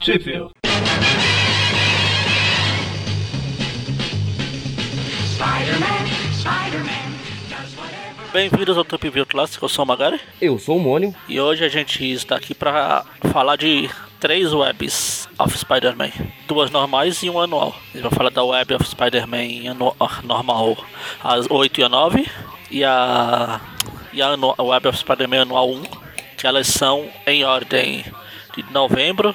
Sheffield. Bem-vindos ao Top View Clássico, eu sou o Magari Eu sou o Mônio. e hoje a gente está aqui para falar de três webs of Spider-Man: duas normais e uma anual. A gente vai falar da web of Spider-Man anu- ah, normal, as 8 e a 9, e a, e a anu- a web of Spider-Man anual 1, que elas são em ordem de novembro,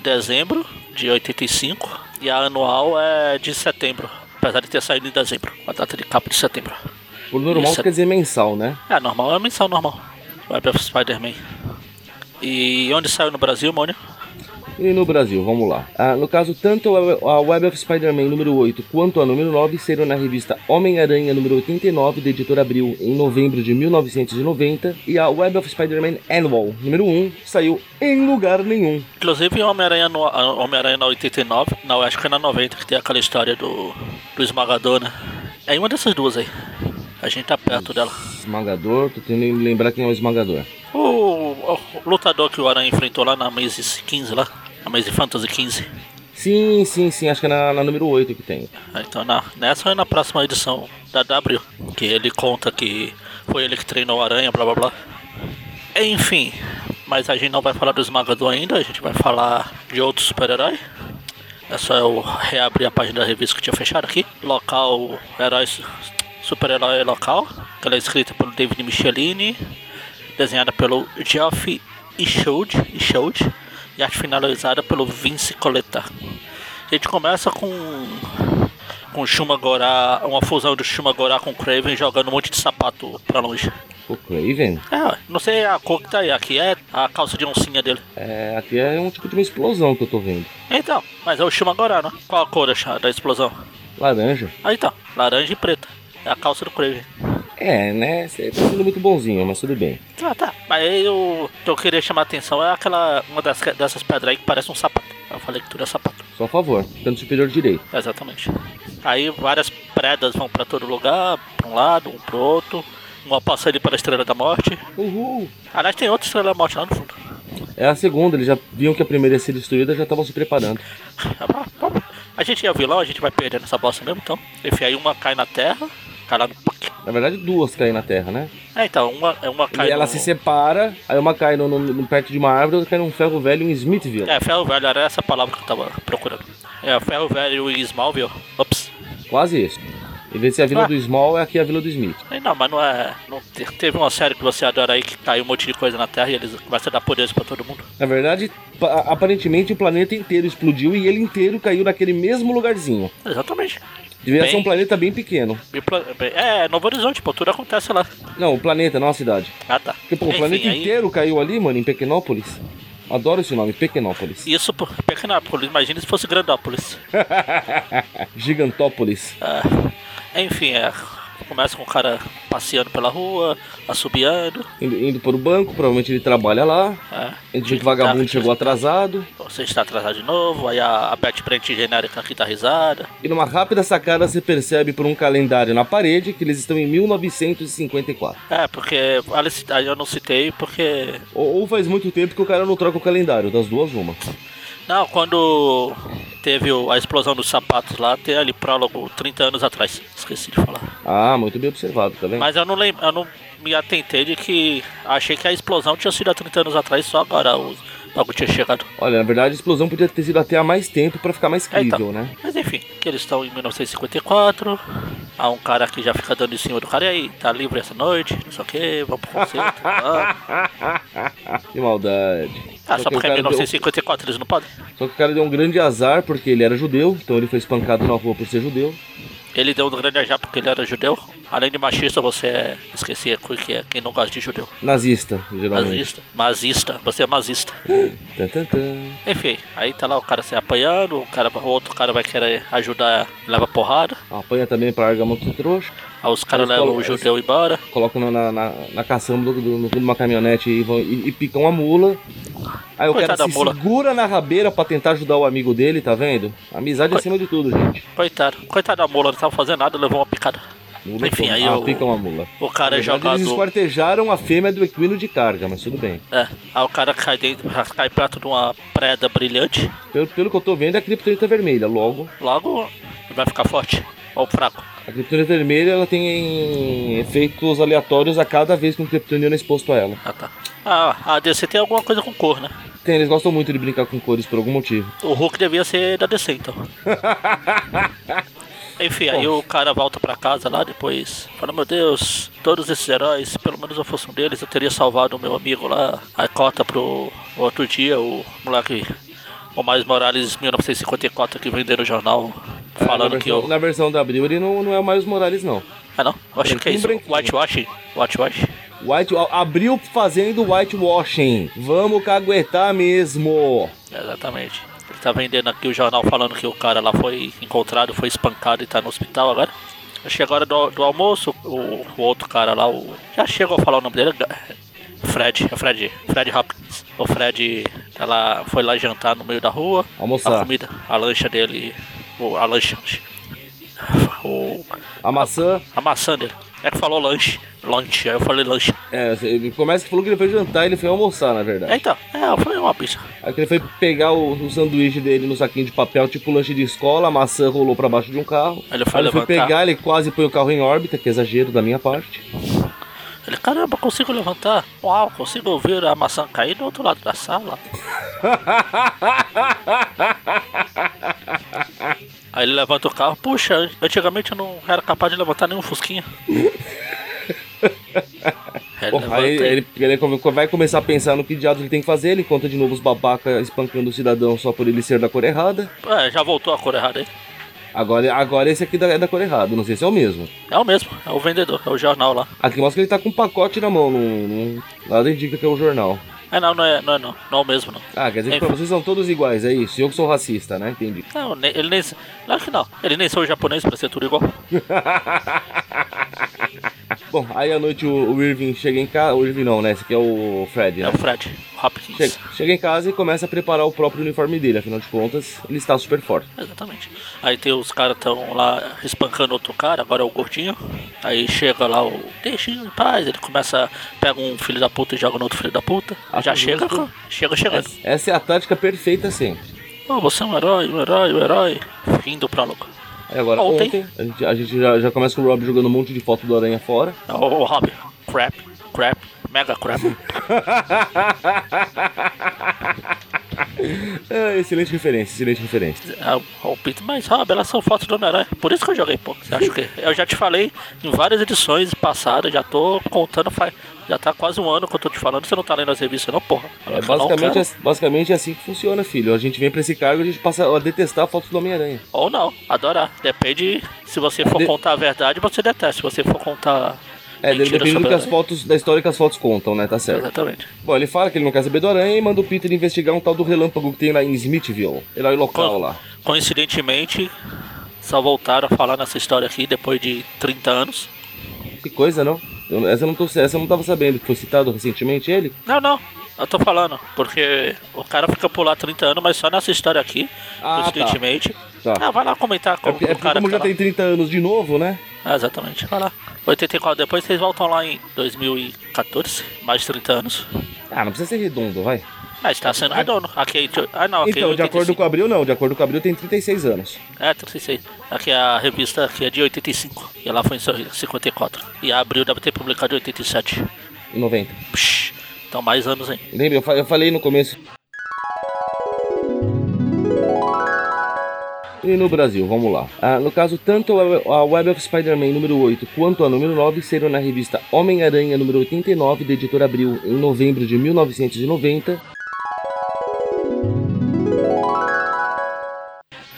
dezembro de 85 e a anual é de setembro, apesar de ter saído em dezembro, a data de capa de setembro. Por normal Isso. quer dizer mensal, né? É, normal, é mensal normal. Web of Spider-Man. E onde saiu no Brasil, Mônio? E no Brasil, vamos lá. Ah, no caso, tanto a- a Web of Spider-Man número 8 quanto a número 9 serão na revista Homem-Aranha número 89, da editora Abril, em novembro de 1990. E a Web of Spider-Man Annual número 1 saiu em lugar nenhum. Inclusive Homem-Aranha no a- Homem-Aranha na 89, não, acho que é na 90, que tem aquela história do, do esmagador, né? É uma dessas duas aí. A gente tá perto dela. Esmagador, tô tendo que lembrar quem é o esmagador. O, o lutador que o Aranha enfrentou lá na Maze 15 lá, na Maze Fantasy 15. Sim, sim, sim, acho que é na, na número 8 que tem. Então na, nessa ou na próxima edição da W, que ele conta que foi ele que treinou o aranha, blá blá blá. Enfim, mas a gente não vai falar do esmagador ainda, a gente vai falar de outro super-herói. É só eu reabrir a página da revista que tinha fechado aqui. Local herói su- super-herói local, que ela é escrita pelo David Michelini, desenhada pelo Geoff Ishold, Ishold e arte finalizada pelo Vince Coletta. A gente começa com com o Shuma Gorá, uma fusão do Shuma Gorá com o Craven jogando um monte de sapato pra longe. O Craven? É, não sei a cor que tá aí, aqui é a calça de oncinha dele. É, aqui é um tipo de uma explosão que eu tô vendo. Então, mas é o Shuma Gorá, né? Qual a cor da da explosão? Laranja. Aí tá, laranja e preta. É a calça do Craven. É, né? Você tá sendo muito bonzinho, mas tudo bem. Tá, tá. Mas aí eu, o que eu queria chamar a atenção é aquela, uma das, dessas pedras aí que parece um sapato. Eu falei que tudo é sapato. Só a favor, tanto superior direito. Exatamente. Aí várias predas vão pra todo lugar, pra um lado, um pro outro. Uma passa ali pela Estrela da Morte. Uhul! Aliás, tem outra Estrela da Morte lá no fundo. É a segunda, eles já viam que a primeira ia ser destruída, já estavam se preparando. A gente é vilão, a gente vai perder nessa bosta mesmo, então. Enfim, aí uma cai na terra, cai lá no. Na verdade, duas caem na terra, né? É, então, uma, é uma cai e ela no... se separa, aí uma cai no, no- no- perto de uma árvore, outra cai num ferro velho um em Smithville. É, ferro velho, era essa palavra que eu tava procurando. É, ferro velho e Smallville. Ops. Quase isso. Em vez de ser a vila Ah. do Small, é aqui a vila do Smith. Aí Não, mas não é. Não, te- teve uma série que você adora aí que caiu um monte de coisa na terra e eles começam a dar poderes pra todo mundo. Na verdade, pa- aparentemente o planeta inteiro explodiu e ele inteiro caiu naquele mesmo lugarzinho. Exatamente. Devia Bem. ser um planeta bem pequeno. E pla- É, Novo Horizonte, pô, tudo acontece lá. Não, o planeta, não a cidade. Ah, tá. Porque, pô, o Enfim, planeta aí- inteiro caiu ali, mano, em Pequenópolis. Adoro esse nome, Pequenópolis. Isso, pô, Pequenápolis, imagina se fosse Grandópolis. Gigantópolis. É, enfim, é, começa com o cara passeando pela rua, assobiando. Indo, indo por banco, provavelmente ele trabalha lá. É, Ele viu que vagabundo chegou atrasado. Você está atrasado de novo, aí a, a Beth Brent genérica aqui tá risada. E numa rápida sacada você percebe por um calendário na parede que eles estão em 1954. É, porque olha, esse- aí eu não citei porque. Ou, ou faz muito tempo que o cara não troca o calendário, das duas uma. Não, quando teve o- a explosão dos sapatos lá, tem ali prólogo 30 anos atrás. Esqueci de falar. Ah, muito bem observado, tá vendo? Mas eu não lembro, eu não me atentei de que. Achei que a explosão tinha sido há 30 anos atrás, só agora o algo tinha chegado. Olha, na verdade a explosão podia ter sido até há mais tempo pra ficar mais É, então. crível, né? Mas enfim, que eles estão em 1954. Há um cara que já fica dando em cima do cara, e aí, tá livre essa noite, não sei o que, vamos pro concerto. vamos. Que maldade. Ah, só que o porque é cara deu- 1954 eles não podem. só que o cara deu um grande azar porque ele era judeu, então ele foi espancado na rua por ser judeu. Ele deu um grande ajá porque ele era judeu. Além de machista, você é. Esqueci o que é quem não gosta de judeu. Nazista, geralmente. Nazista. Mazista. Você é mazista. Tan, tan, tan. Enfim, aí tá lá o cara se apanhando, o, cara, o outro cara vai querer ajudar, leva porrada. Apanha também pra argamão que trouxa. Aí os caras Mas levam qual- o judeu embora. colocam na, na, na, na caçamba do- do- no fundo de uma caminhonete e, vão, e, e picam a mula. Aí o Coitada cara da se mula. segura na rabeira pra tentar ajudar o amigo dele, tá vendo? Amizade Coi- acima de tudo, gente. Coitado. Coitado da mula, não tava fazendo nada, levou uma picada. Mula Enfim, com- aí ah, o- pica uma mula. O cara é Na verdade, jogado. Eles esquartejaram a fêmea do equino de carga, mas tudo bem. É, aí o cara cai dentro, cai perto de uma preda brilhante, Pelo, pelo que eu tô vendo, é a criptonita vermelha. Logo, logo ele vai ficar forte ou fraco. a criptonita vermelha ela tem efeitos aleatórios a cada vez que um criptoniano é exposto a ela. Ah tá. Ah, a DC tem alguma coisa com cor, né? Tem, eles gostam muito de brincar com cores por algum motivo. O Hulk devia ser da DC então. Enfim, aí o cara volta pra casa lá depois. Fala, meu Deus, todos esses heróis, se pelo menos eu fosse um deles, eu teria salvado o meu amigo lá. Aí corta pro outro dia, o moleque, o Mais Morales 1954 que venderam o jornal É, na falando versão, que eu. Na versão da Abril, ele não, não é o Miles Morales, não. Ah não, eu acho que é Branquinho, um isso. branquinho. Whitewashing? Whitewashing? White, a- abriu fazendo whitewashing. Vamos caguetar mesmo. Exatamente. Ele tá vendendo aqui o jornal falando que o cara lá foi encontrado, foi espancado e tá no hospital agora. Chega a hora do, do almoço, o, o outro cara lá, o. Já chegou a falar o nome dele? Fred, é Fred, Fred Hopkins. O Fred, ela foi lá jantar no meio da rua. Almoçar. A comida, a lancha dele. o- a lancha. O, A maçã. a maçã dele. É que falou lanche. Lanche, aí eu falei lanche. É, ele começa que falou que ele foi jantar, ele foi almoçar, na verdade. É, então, é, foi uma pizza. Aí que ele foi pegar o, o sanduíche dele no saquinho de papel, tipo lanche de escola, a maçã rolou pra baixo de um carro. Aí ele foi Aí ele foi levantar. pegar, ele quase põe o carro em órbita, que é exagero da minha parte. Ele, caramba, consigo levantar? Uau, consigo ouvir a maçã cair do outro lado da sala. Aí ele levanta o carro, puxa, antigamente eu não era capaz de levantar nenhum fusquinha. Aí ele Bom, levanta aí e- ele, ele come- vai começar a pensar no que diabos ele tem que fazer, ele encontra de novo os babaca espancando o cidadão só por ele ser da cor errada. É, já voltou a cor errada aí. Agora, agora esse aqui da- é da cor errada, não sei se é o mesmo. É o mesmo, é o vendedor, é o jornal lá. Aqui mostra que ele tá com um pacote na mão, num, num- nada indica que é o jornal. É não, não é, não é não, não é o mesmo não. Ah, quer dizer que Enfim. pra vocês são todos iguais, é isso. Eu que sou racista, né? Entendi. Não, nem- ele nem. Claro que não. Ele nem sou japonês pra ser tudo igual. Bom, aí à noite o, o Irving chega em casa. O Irving não, né? Esse aqui é o Fred, É né? o Fred, o Hopkins. Chega, chega em casa e começa a preparar o próprio uniforme dele, afinal de contas, ele está super forte. Exatamente. Aí tem os caras tão lá espancando outro cara, agora é o gordinho. Aí chega lá o. Deixa ele em paz, ele começa. Pega um filho da puta e joga no outro filho da puta. Ah, já que chega, justo. chega chegando. Essa, essa é a tática perfeita sempre. Oh, você é um herói, um herói, um herói. Fim do prólogo. Aí agora, Ontem. ontem, a gente, a gente já, já começa com o Rob jogando um monte de foto do Aranha fora. Ô, ô, É Rob, crap, crap, mega crap. É, excelente referência, excelente referência. Ah, o Peter, mas Rob, elas são fotos do Homem-Aranha. Por isso que eu joguei, pô. Você acha que. Eu já te falei em várias edições passadas, já tô contando, faz. Já tá quase um ano que eu tô te falando, você não tá lendo as revistas, não, porra. É, Fala, não, basicamente, cara. é, basicamente é assim que funciona, filho. A gente vem pra esse cargo e a gente passa a detestar a foto do Homem-Aranha. Ou não, adorar. Depende. Se você for De- contar a verdade, você detesta. Se você for contar. É, de- mentira depende do sobre que a- as fotos, da história que as fotos contam, né? Tá certo. Exatamente. Bom, ele fala que ele não quer saber do Aranha e manda o Peter investigar um tal do relâmpago que tem lá em Smithville. Ele é o local lá. Coincidentemente, só voltaram a falar nessa história aqui depois de 30 anos. Que coisa, não? Eu- essa, eu não tô, essa eu não tava sabendo que foi citado recentemente ele. Não, não. Eu tô falando, porque o cara fica por lá 30 anos, mas só nessa história aqui, Ah, tá. coincidentemente. Tá. Ah, vai lá comentar É com porque, é o porque cara como que já tá lá. tem 30 anos de novo, né? Ah, exatamente, vai lá. 84, depois vocês voltam lá em 2014, mais 30 anos. Ah, não precisa ser redondo, vai. Mas tá sendo redondo. Aqui, ah, não, aqui é Então, 85. de acordo com o Abril, não. De acordo com o Abril, tem 36 anos. É, 36. Aqui a revista aqui é de 85 e ela foi em 54. E a abril deve ter publicado em 87. Em 90. Psh, então mais anos aí. Lembra? Eu, fa- eu falei no começo. E no Brasil, vamos lá. Ah, no caso, tanto a Web- a Web of Spider-Man número 8 quanto a número 9 saíram na revista Homem-Aranha número 89, da editora Abril, em novembro de 1990.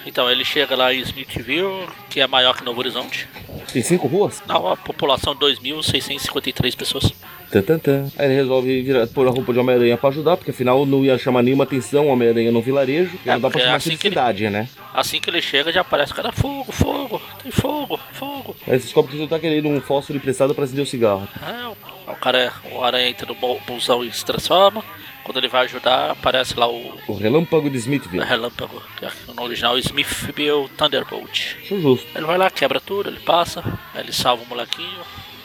Então ele chega lá em Smithville, que é maior que Novo Horizonte. Tem cinco ruas? Não, a população 2.653 pessoas. Tan, tan, tan. Aí ele resolve virar, pôr a roupa de Homem-Aranha pra ajudar, porque afinal não ia chamar nenhuma atenção o Homem-Aranha no vilarejo. É, não dá porque pra é chamar assim de que ele- cidade, né? Assim que ele chega já aparece o cara, fogo, fogo, tem fogo, fogo. Aí você descobre que ele tá querendo um fósforo emprestado pra acender o cigarro. Ah, o- o cara, o aranha entra no bu- busão e se transforma. Quando ele vai ajudar, aparece lá o O Relâmpago de Smithville. Relâmpago, que é no original Smithville Thunderbolt. Acho justo. Ele vai lá, quebra tudo, ele passa, aí ele salva o molequinho.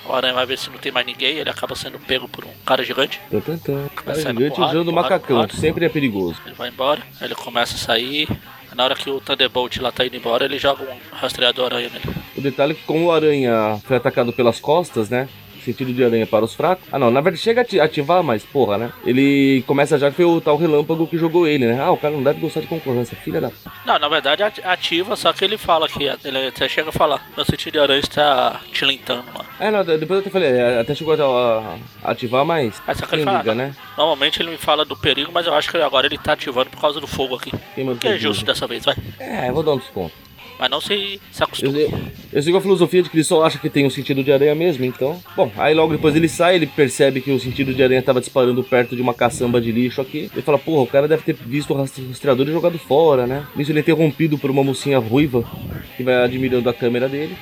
O Aranha vai ver se não tem mais ninguém, ele acaba sendo pego por um cara gigante. Tan, tan, tan. Cara sair na gigante porrada, usando porrada, macacão, porrada. sempre é perigoso. Ele vai embora, aí ele começa a sair. Na hora que o Thunderbolt lá tá indo embora, ele joga um rastreador aranha nele. O detalhe é que como o aranha foi atacado pelas costas, né? Sentido de aranha para os fracos. Ah, não, na verdade chega a ati- ativar, mas porra, né? Ele começa já que foi o tal relâmpago que jogou ele, né? Ah, o cara não deve gostar de concorrência, filha da. Não, na verdade ati- ativa, só que ele fala que ele até chega a falar: Meu sentido de aranha está tilintando lá. É, não, depois eu até falei, é, até chegou a a ativar, mas. Aí só que quem ele fala, liga, "Ah, né? Normalmente ele me fala do perigo, mas eu acho que agora ele tá ativando por causa do fogo aqui. Quem manda Que é quem justo liga. dessa vez, vai. É, eu vou dar um desconto. Mas não se, se Eu, acostume. eu, eu sigo a filosofia de que ele só acha que tem um sentido de aranha mesmo, então. Bom, aí logo depois ele sai, ele percebe que o sentido de aranha tava disparando perto de uma caçamba de lixo aqui. Ele fala, porra, o cara deve ter visto o rastre- rastreador e jogado fora, né? Nisso ele é interrompido por uma mocinha ruiva que vai admirando a câmera dele.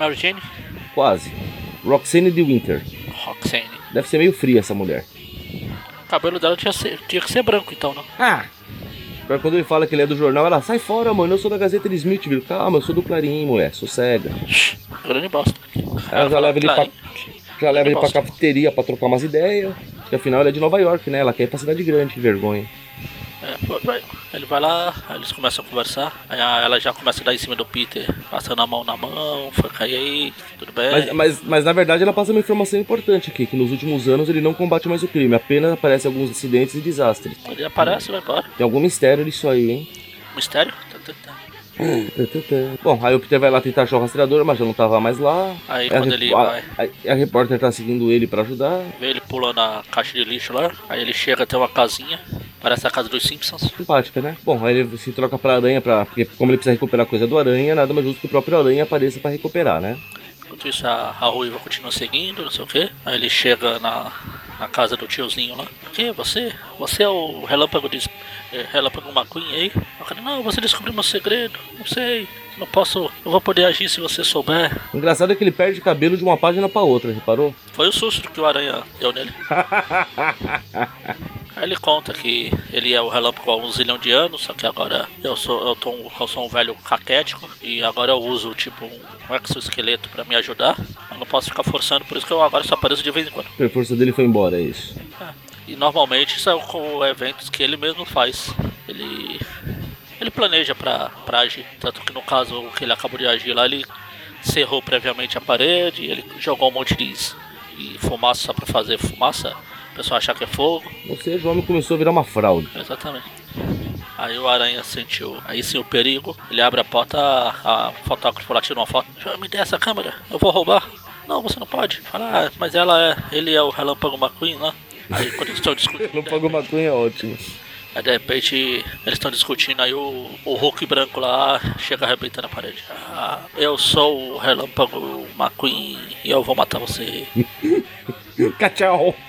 Mary Jane, Quase. Roxane de Winter. Roxane. Deve ser meio fria essa mulher. O cabelo dela tinha, ser- tinha que ser branco, então, não? Ah! Agora, quando ele fala que ele é do jornal, ela sai fora, mano. Eu sou da Gazeta de Smithville. Calma, eu sou do Clarim, mulher. Sossega. Grande bosta. "Tá, Ela já leva ele pra, Clarinha. já leva ele pra Bosta. cafeteria pra trocar umas ideias. Porque afinal ele é de Nova York, né? Ela quer ir pra cidade grande, que vergonha. É, pô, vai. Ele vai lá, aí eles começam a conversar. Aí a- ela já começa a dar em cima do Peter, passando a mão na mão, foi cair aí, tudo bem. Mas, mas, mas na verdade ela passa uma informação importante aqui: que nos últimos anos ele não combate mais o crime, apenas aparecem alguns acidentes e desastres. Ele aparece e vai embora. Tem algum mistério nisso aí, hein? Mistério? Tá, tá, tá. Tã, tã, tã. Bom, aí o Peter vai lá tentar achar o rastreador, mas já não tava mais lá. Aí a quando rep- ele a- vai- a- a repórter tá seguindo ele pra ajudar. Vê ele pulando a caixa de lixo lá, aí ele chega até uma casinha, parece a casa dos Simpsons. Simpática, né? Bom, aí ele se troca pra aranha, pra... porque como ele precisa recuperar a coisa do aranha, nada mais justo que o próprio aranha apareça pra recuperar, né? Enquanto isso, a, a ruiva continua seguindo, não sei o que. Aí ele chega na, na casa do tiozinho lá. Que você? Você é o relâmpago de, é, relâmpago McQueen aí? Eu falei, não, você descobriu meu segredo. Não sei. Não posso. Eu vou poder agir se você souber. O engraçado é que ele perde cabelo de uma página pra outra, reparou? Foi o susto que o Aranha deu nele. Aí ele conta que ele é o relâmpago há um zilhão de anos, só que agora eu sou, eu, tô um, eu sou um velho caquético e agora eu uso tipo um exoesqueleto pra me ajudar. Eu não posso ficar forçando, por isso que eu agora só apareço de vez em quando. A força dele foi embora, é isso. É. E normalmente são com eventos que ele mesmo faz. Ele ele planeja pra, pra agir. Tanto que no caso que ele acabou de agir lá, ele cerrou previamente a parede, ele jogou um monte de, is- de fumaça só pra fazer fumaça, o pessoal achar que é fogo. Ou seja, o homem começou a virar uma fraude. Exatamente. Aí o aranha sentiu, aí sim o perigo, ele abre a porta, a, a fotógrafa lá tira uma foto. "Ah, Me dê essa câmera, eu vou roubar. Não, você não pode. Fala, ah, mas ela é, ele é o relâmpago McQueen lá. Aí quando eles estão discutindo. Não pagou maconha, é ótimo. Aí de repente eles estão discutindo, aí o, o Hulk branco lá chega arrebentando a parede. Ah, eu sou o relâmpago McQueen e eu vou matar você. Ah, Cachau! Tchau.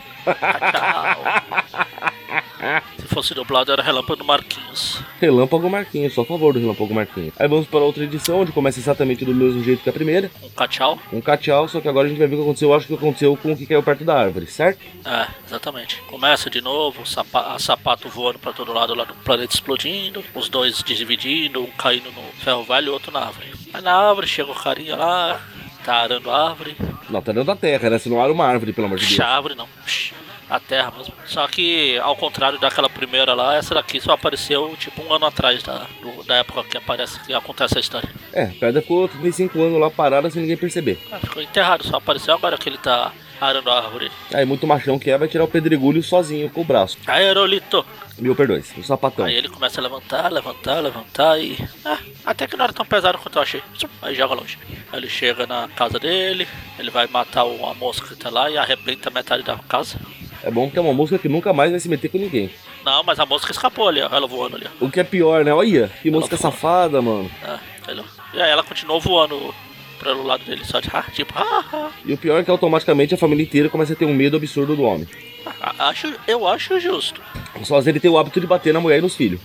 Se fosse dublado era relâmpago Marquinhos. Relâmpago Marquinhos, só a favor do Relâmpago Marquinhos. Aí vamos para outra edição, onde começa exatamente do mesmo jeito que a primeira. Um cachau? Um cachau, só que agora a gente vai ver o que aconteceu. Eu acho que aconteceu com o que caiu perto da árvore, certo? É, exatamente. Começa de novo, sapa- a sapato voando pra todo lado lá do planeta explodindo, os dois dividindo, um caindo no ferro velho e outro na árvore. Aí na árvore chega o carinha lá, tá arando a árvore, Não, tá dentro da terra, né? Se não era uma árvore, pelo amor de Deus. Chávere não. Psh, A terra mesmo. Só que, ao contrário daquela primeira lá, essa daqui só apareceu tipo um ano atrás da, do- da época que aparece que acontece a história. É, a pedra ficou 35 anos lá parada sem ninguém perceber. Ah, Ficou enterrado, só apareceu agora que ele tá arando a árvore. Aí muito machão que é, vai tirar o pedregulho sozinho com o braço. Aerolito! Mil perdões, o sapatão. Aí ele começa a levantar, levantar, levantar e. Ah, até que não era tão pesado quanto eu achei. Zum, Aí joga longe. Aí ele chega na casa dele, ele vai matar uma mosca que tá lá e arrebenta metade da casa. É bom que é uma música que nunca mais vai se meter com ninguém. Não, mas a mosca escapou ali, ó. Ela voando ali, ó. O que é pior, né? Olha, que música fala. safada, mano. Ah, sei lá. E aí ela continuou voando pelo lado dele, só de ah, tipo, ah, E o pior é que automaticamente a família inteira começa a ter um medo absurdo do homem. ah, ah, acho, eu acho justo. Só às vezes ele tem o hábito de bater na mulher e nos filhos.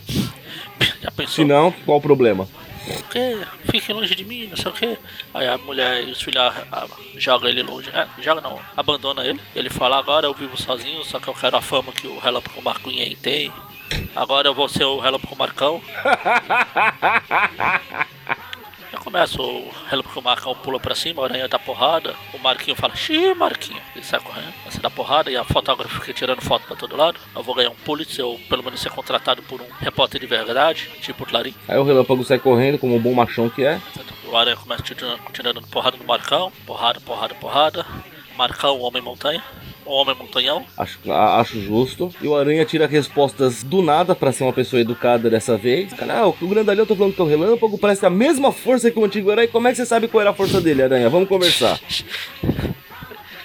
Já pensou? Se não, qual o problema? quê? Fiquem longe de mim, não sei o quê. Aí a mulher e os filhos ah, ah, jogam ele longe. É, joga não, abandona ele. Ele fala, agora eu vivo sozinho, só que eu quero a fama que o Relâmpago Marquinhos tem. Agora eu vou ser o Relâmpago Marcão. Eu começo, o Relâmpago Marcão pula pra cima, a aranha dá porrada. O Marquinho fala, xiii, Marquinho. Ele sai correndo, você dá porrada e a fotógrafa fica tirando foto pra todo lado. Eu vou ganhar um Pulitzer ou pelo menos ser contratado por um repórter de verdade, tipo o Clarim. Aí o relâmpago sai correndo, como um bom machão que é. O Aranha começa tirando, tirando porrada no Marcão. Porrada, porrada, porrada. Marcão, Homem Montanha. O Homem Montanhão. Acho, a- acho justo. E o Aranha tira respostas do nada pra ser uma pessoa educada dessa vez. Cara, ah, o grandalhão tá falando que é o relâmpago, parece ter a mesma força que o antigo herói. Como é que você sabe qual era a força dele, Aranha? Vamos conversar.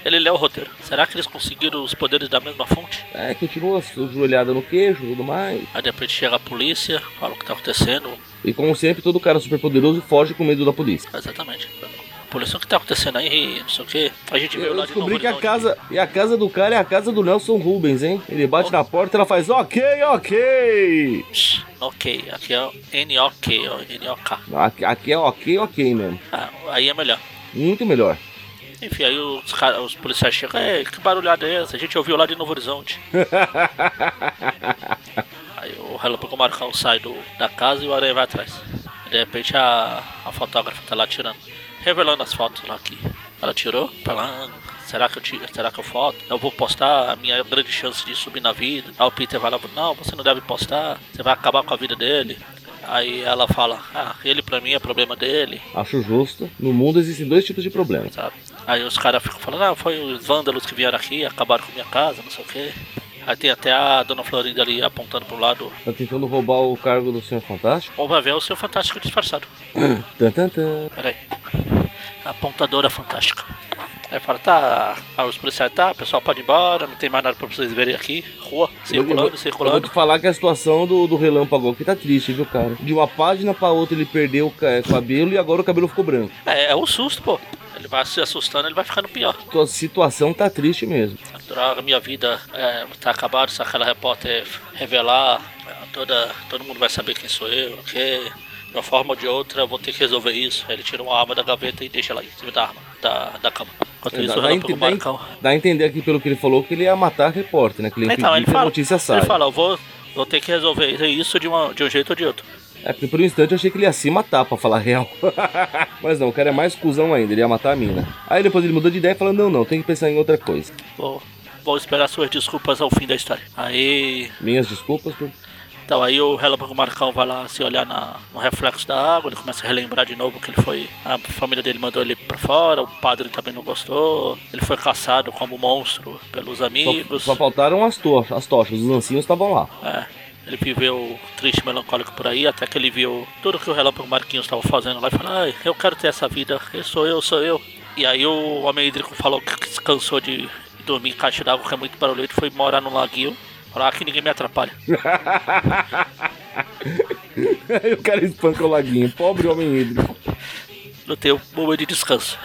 Ele lê o roteiro. Será que eles conseguiram os poderes da mesma fonte? É, continua su- joelhada no queijo e tudo mais. Aí depois chega a polícia, fala o que tá acontecendo. E como sempre, todo cara superpoderoso foge com medo da polícia. Exatamente. Polícia, o que tá acontecendo aí? Não sei o que. A gente veio Eu lá de novo. descobri que a eles não- casa, e a casa do cara é a casa do Nelson Rubens, hein? Ele bate na porta e ela faz ok, ok. Psh, Ok, aqui é o NOK, ó, NOK. Aqui, aqui é ok, ok mesmo. Ah, aí é melhor. Muito melhor. Enfim, aí os, cara- os policiais chegam, é, que barulhada é essa? A gente ouviu lá de Novo Horizonte. aí o relâmpago Marcão sai do, da casa e o aranha vai atrás. De repente a, a fotógrafa tá lá tirando, revelando as fotos lá que ela tirou, falando, será que eu tiro, será que eu foto? Eu vou postar a minha grande chance de subir na vida. Aí o Peter vai lá, não, você não deve postar, você vai acabar com a vida dele. Aí ela fala, ah, ele pra mim é problema dele, Acho justo. No mundo existem dois tipos de problemas. sabe? Aí os caras ficam falando, ah, foi os vândalos que vieram aqui, acabaram com minha casa, não sei o quê. Aí tem até a Dona Florinda ali apontando pro lado. Tá tentando roubar o cargo do Senhor Fantástico? Ou vai ver o seu fantástico disfarçado. Tan, tan, tan. Peraí. Apontadora fantástica. Aí fala, tá, aí os policiais, tá, pessoal pode ir embora, não tem mais nada pra vocês verem aqui. Rua, eu, circulando, vou- eu vou circulando. te falar que a situação do, do Relâmpago aqui tá triste, viu, cara? De uma página pra outra ele perdeu o ca- eh, cabelo e agora o cabelo ficou branco. É, é um susto, pô. Ele vai se assustando, ele vai ficando pior. Tua situação tá triste mesmo. Droga, minha vida é, tá acabada se aquela repórter revelar. é, Toda, todo mundo vai saber quem sou eu, ok? De uma forma ou de outra, eu vou ter que resolver isso. Aí Ele tira uma arma da gaveta e deixa lá em cima da arma, da, da cama. Enquanto É, isso, dá, o dá a relâmpago ente- dá a en- Marcão. dá a entender aqui pelo que ele falou que ele ia matar a repórter, né? Que ele ia Então, impedir ele que a fala, notícia saia. ele fala, eu vou, vou ter que resolver isso de, uma, de um jeito ou de outro. É, porque por um instante eu achei que ele ia se matar, pra falar a real. Mas não, o cara é mais cuzão ainda, ele ia matar a mina. Aí depois ele mudou de ideia e falou, não, não, tem que pensar em outra coisa. Vou, vou esperar suas desculpas ao fim da história. Aí, Minhas desculpas por... então, aí o relâmpago Marcão vai lá se olhar na, no reflexo da água, ele começa a relembrar de novo que ele foi... A família dele mandou ele pra fora, o padre também não gostou, ele foi caçado como monstro pelos Só, amigos. só faltaram as, to as tochas, os lancinhos estavam lá. É, ele viveu triste, melancólico por aí, até que ele viu tudo que o Relâmpago Marquinhos estava fazendo lá e falou: Ai, eu quero ter essa vida, eu sou eu, sou eu. E aí o Homem Hídrico falou que se cansou de dormir em caixa d'água, que é muito barulhento, foi morar no laguinho. Falou: Aqui ninguém me atrapalha. Aí o cara espanca o laguinho, pobre homem hídrico. não tem um momento de descanso.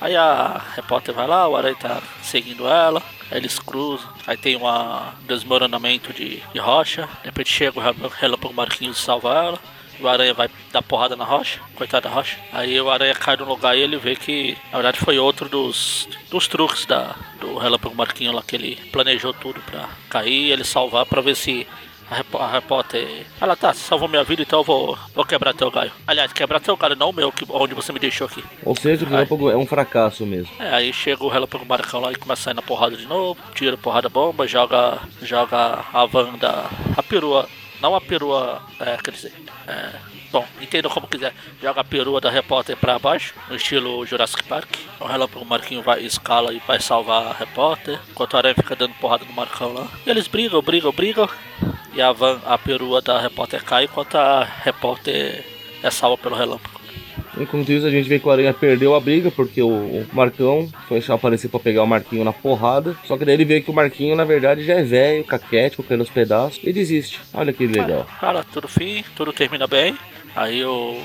Aí a repórter vai lá, o Aranha tá seguindo ela, aí eles cruzam, aí tem uma- um desmoronamento de, de rocha, de repente chega o Rel- Relâmpago Marquinhos e salva ela, o Aranha vai dar porrada na rocha, coitada da rocha, aí o Aranha cai no lugar e ele vê que, na verdade, foi outro dos, dos truques da, do Relâmpago Marquinhos lá, que ele planejou tudo pra cair e ele salvar pra ver se a, repó- a repórter. Ela tá, você salvou minha vida, então eu vou, vou quebrar teu galho. Aliás, quebrar teu galho, não o meu, que, onde você me deixou aqui. Ou seja, o relâmpago é um fracasso mesmo. É, aí chega o relâmpago marcão lá e começa a sair na porrada de novo, tira a porrada bomba, joga, joga a Wanda, a perua, não a perua, é, quer dizer, é, bom, entenda como quiser, joga a perua da repórter pra baixo, no estilo Jurassic Park. O relâmpago Marquinho vai, escala e vai salvar a repórter, enquanto a aranha fica dando porrada no Marcão lá. E eles brigam, brigam, brigam, e a, van, a perua da repórter cai, enquanto a repórter é salva pelo relâmpago. Enquanto isso, a gente vê que o Aranha perdeu a briga, porque o o Marcão foi aparecer pra pegar o Marquinho na porrada. Só que daí ele vê que o Marquinho, na verdade, já é velho, caquético, caindo aos pedaços, e desiste. Olha que legal. Cara, tudo fim, tudo termina bem. Aí o,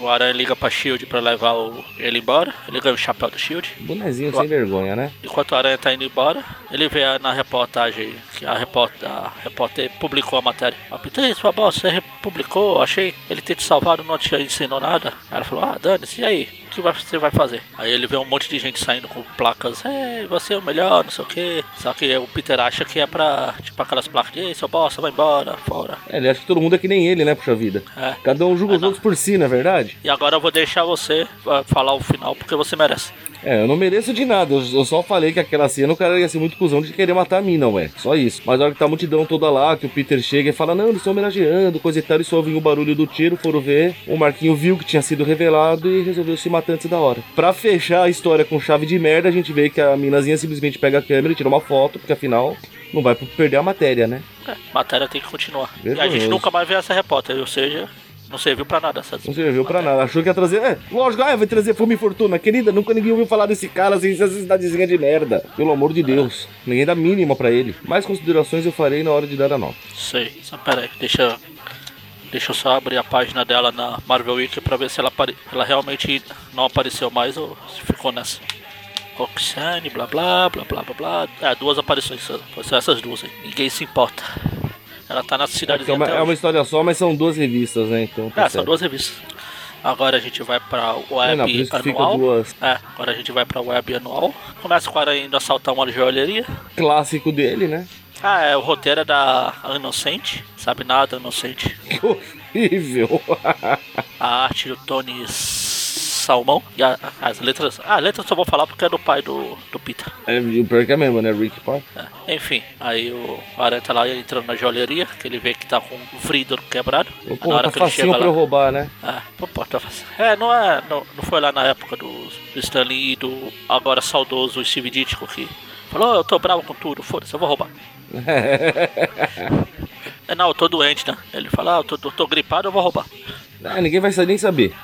o Aranha liga pra Shield pra levar o- ele embora. Ele ganha o chapéu do Shield. Bonezinho sem vergonha, né? Enquanto o Aranha tá indo embora, ele vê a- na reportagem que a repórter, a repórter publicou a matéria. Ah, Pitei, sua bosta, você publicou, achei. Ele ter te salvado, não te ensinou nada. Aí ela falou, ah, dane-se, e aí? O que vai- você vai fazer? Aí ele vê um monte de gente saindo com placas, ei, você é o melhor, não sei o que. Só que o Peter acha que é pra, tipo, aquelas placas de, ei, seu bosta, vai embora, fora. É, ele acha que todo mundo é que nem ele, né? Puxa vida. É. Cada um julga os Ah, não. outros por si, na verdade. E agora eu vou deixar você ah, falar o final, porque você merece. É, eu não mereço de nada. Eu, eu só falei que aquela cena o cara ia ser muito cuzão de querer matar a mina, ué. Só isso. Mas na hora que tá a multidão toda lá, que o Peter chega e fala, não, eles estão homenageando, coisa e tal, eles só ouvem o barulho do tiro, foram ver. O Marquinho viu que tinha sido revelado e resolveu se matar antes da hora. Pra fechar a história com chave de merda, a gente vê que a minazinha simplesmente pega a câmera e tira uma foto, porque afinal não vai perder a matéria, né? É, matéria tem que continuar. E a Vergonhoso. gente nunca mais vê essa repórter, ou seja, não serviu pra nada essa Não serviu pra nada. Achou que ia trazer. É, lógico, ah, vai trazer fome e fortuna. Querida, nunca ninguém ouviu falar desse cara sem essa cidadezinha de merda. Pelo amor de Deus. Ninguém dá mínima pra ele. Mais considerações eu farei na hora de dar a nota. Sei, só pera aí, deixa, deixa eu só abrir a página dela na Marvel Wiki pra ver se ela, apare- ela realmente não apareceu mais ou se ficou nessa. Roxane, blá blá, blá blá blá blá. É, duas aparições, só. são essas duas aí. Ninguém se importa. Ela tá na cidade É uma, é uma história só, mas são duas revistas, né? Então. tá É, são certo. duas revistas. Agora a gente vai pra É, web não, por isso que fica anual. duas. É, agora a gente vai pra web anual. Começa com o Aranha indo assaltar uma joalheria. Clássico dele, né? Ah, é, o roteiro é da Inocente. Sabe nada, Inocente. Que horrível. A arte do Tony Salmão. E a- as letras. Ah, as letras eu só vou falar porque é do pai do, do Peter. é, o pior que é mesmo, né? Rick Park. É, Enfim, aí o Aranha tá lá entrando na joalheria, que ele vê que tá com o vidro quebrado. Aí na Porra, hora tá que ele facinho chega pra eu lá. roubar, né? Ah, pô, pô, tá fácil. É, não é. Não, não foi lá na época do, do Stanley e do agora saudoso Steve Ditko que falou, "Oh, eu tô bravo com tudo, foda-se, eu vou roubar. é, não, eu tô doente, né? Ele fala, ah, eu tô, tô, tô gripado, eu vou roubar. Ah, ninguém vai sa- nem saber.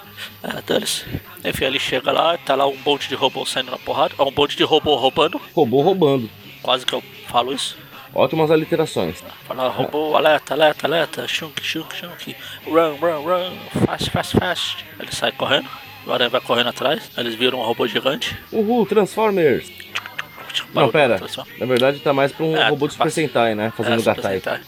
É, dane-se. Enfim, ele chega lá, tá lá um monte de robô saindo na porrada, um monte de robô roubando, Roubou roubando. quase que eu falo isso. Ótimas aliterações. Fala, robô, alerta, alerta, alerta, shunk, shunk, shunk, run, run, run, fast, fast, fast. Ele sai correndo, o aranha vai correndo atrás, eles viram um robô gigante. Uhul, Transformers. Não, Barulho, pera. transforma. Na verdade, tá mais pra um É, robô de Super faz- Sentai, né? Fazendo É, Super gatai. Sentai.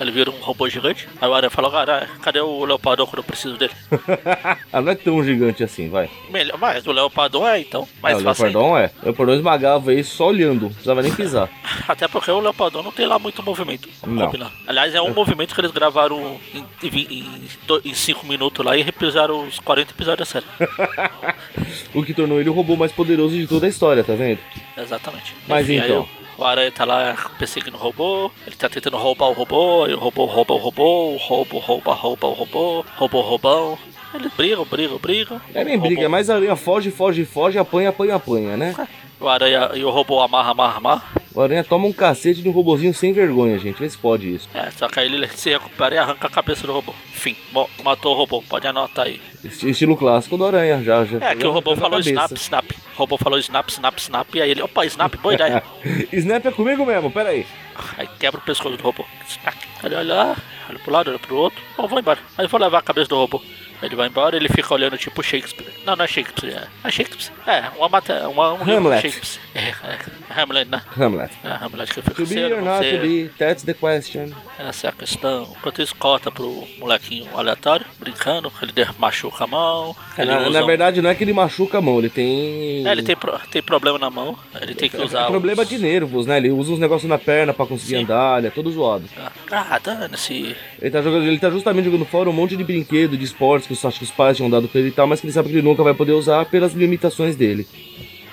Ele vira um robô gigante. Aí o Aranha falou, cara, cadê o Leopardon quando eu preciso dele? ah, não é tão gigante assim, vai. Melhor, mas o Leopardon é então, mais ah, o fácil. Leopardon é. O Leopardon esmagava ele só olhando, não precisava nem pisar. ainda. Até porque o Leopardon não tem lá muito movimento. vamos Não. combinar. Aliás, é um movimento que eles gravaram em- em vi- em do- em 5 minutos lá e repisaram os 40 episódios da série. o que tornou ele o robô mais poderoso de toda a história, tá vendo? Exatamente. Mas Enfim, então. aí o- o Aranha tá lá perseguindo o robô, ele tá tentando roubar o robô, aí o robô rouba o robô, o robô rouba, rouba o robô, roubou o robão. Eles brigam, brigam, brigam. É nem O robô- briga, é mais aranha foge, foge, foge, apanha, apanha, apanha, né? O aranha e o robô amarra, amarra, amarra. O aranha toma um cacete de um robozinho sem vergonha, gente. Vê se pode isso. É, só que aí ele se recupera e arranca a cabeça do robô. Enfim, mo- matou o robô, pode anotar aí. Esti- Estilo clássico do aranha, já, já. tá É, que o robô Na falou cabeça. snap, snap. O robô falou snap, snap, snap. E aí ele, opa, snap, boa ideia. Snap é comigo mesmo, pera aí. Aí quebra o pescoço do robô. Snack. Ele olha lá, olha pro lado, olha pro outro. Bom, vou embora. Aí eu vou levar a cabeça do robô. Ele vai embora, ele fica olhando tipo Shakespeare. Não, não é Shakespeare, é, é Shakespeare. É, uma matéria, uma, um livro de Hamlet. Shakespeare. É, é, Hamlet, né? Hamlet. É, Hamlet que eu fico To be ser, or não not to ser. be, that's the question. Essa é a questão. Enquanto isso, corta pro molequinho aleatório, brincando, ele der- machuca a mão. É, Ele na, usa na um- verdade, não é que ele machuca a mão, ele tem. É, ele tem, pro- tem problema na mão, ele tem que usar. É problema os- de nervos, né? Ele usa uns negócios na perna pra conseguir Sim. andar, ele é todo zoado. Ah, dane-se. Ele tá, jogando, ele tá justamente jogando fora um monte de brinquedo, de esportes que os, acho que os pais tinham dado pra ele e tal, mas que ele sabe que ele nunca vai poder usar pelas limitações dele.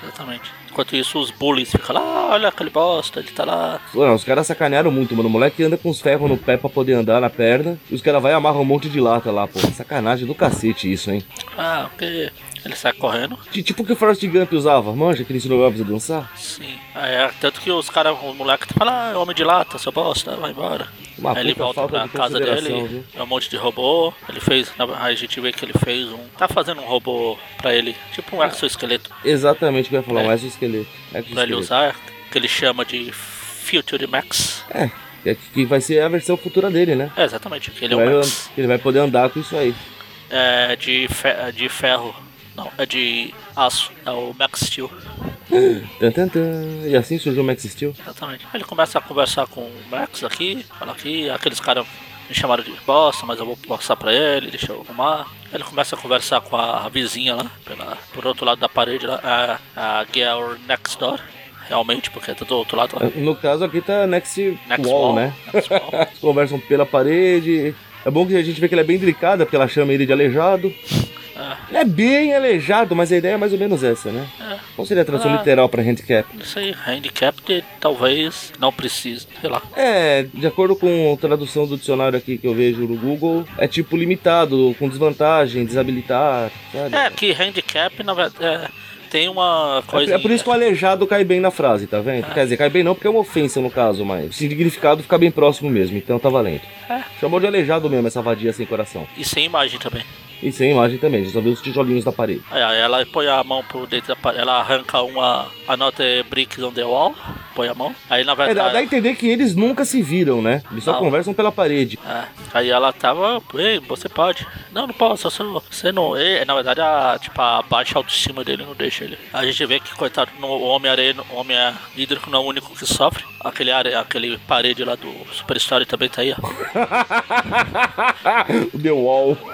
Exatamente. Enquanto isso, os bullies ficam lá, "Ah, olha aquele bosta, ele tá lá. Mano, os caras sacanearam muito, mano. O moleque anda com os ferros no pé pra poder andar na perna, e os caras vai e amarram um monte de lata lá, pô. Sacanagem do cacete isso, hein? Ah, porque ele sai correndo. Ti- Tipo o que o Forrest Gump usava, manja, que ele ensinou a dançar. Sim. Aí, é, tanto que os caras, o moleque fala, ah, homem de lata, seu bosta, vai embora. Uma aí ele puta volta falta pra de casa consideração, dele, viu? é um monte de robô. Ele fez, na- aí a gente vê que ele fez um. Tá fazendo um robô pra ele, tipo um exoesqueleto, Exatamente o que eu ia falar, É. um exoesqueleto. pra ele Exoesqueleto. usar, que ele chama de Future Max. É, é que que vai ser a versão futura dele, né? É, exatamente, que ele é Vai- um Max. ele vai poder andar com isso aí. é de, fe- de ferro. Não, é de aço. É o Max Steel. Tan, tan, tan. E assim surgiu o Max Steel. Exatamente. Aí ele começa a conversar com o Max aqui, fala aqui, aqueles caras me chamaram de bosta, mas eu vou passar pra ele, deixa eu arrumar. Aí ele começa a conversar com a vizinha lá, pela, por outro lado da parede, lá, a, a Girl Next Door, realmente, porque é do outro lado lá. No caso aqui tá Next, Next Wall, Wall, né? Next Wall. Eles conversam pela parede. É bom que a gente vê que ele é bem delicada, porque ela chama ele de aleijado. É, Ele é bem aleijado, mas a ideia é mais ou menos essa, né? é, Qual seria a tradução Ah. literal pra é? handicap? isso aí, handicap de- talvez não precise, sei lá. É, de acordo com a tradução do dicionário aqui que eu vejo no Google, é tipo limitado, com desvantagem, desabilitar, sabe? É que handicap, na verdade, é, tem uma coisa. É por isso que o aleijado cai bem na frase, tá vendo? Quer dizer, cai bem não porque é uma ofensa no caso, mas o significado fica bem próximo mesmo, então tá valendo. É. Chamou de aleijado mesmo essa vadia sem coração. E sem imagem também. E sem imagem também, a gente só viu os tijolinhos na parede. Aí, aí ela põe a mão por dentro da parede, ela arranca uma anota brick on the wall, põe a mão. Aí na É, dá, dá a verdade. entender que eles nunca se viram, né? Eles só Não. conversam pela parede. é, aí ela tava, ei, você pode. Não, não posso, você não. Você não e, na verdade, a, tipo, a baixa autoestima dele não deixa ele. A gente vê que, coitado, no o Homem-Areia, o Homem Hídrico não é o único que sofre. Aquele, are, aquele parede lá do Superstar também tá aí, ó. o The Wall.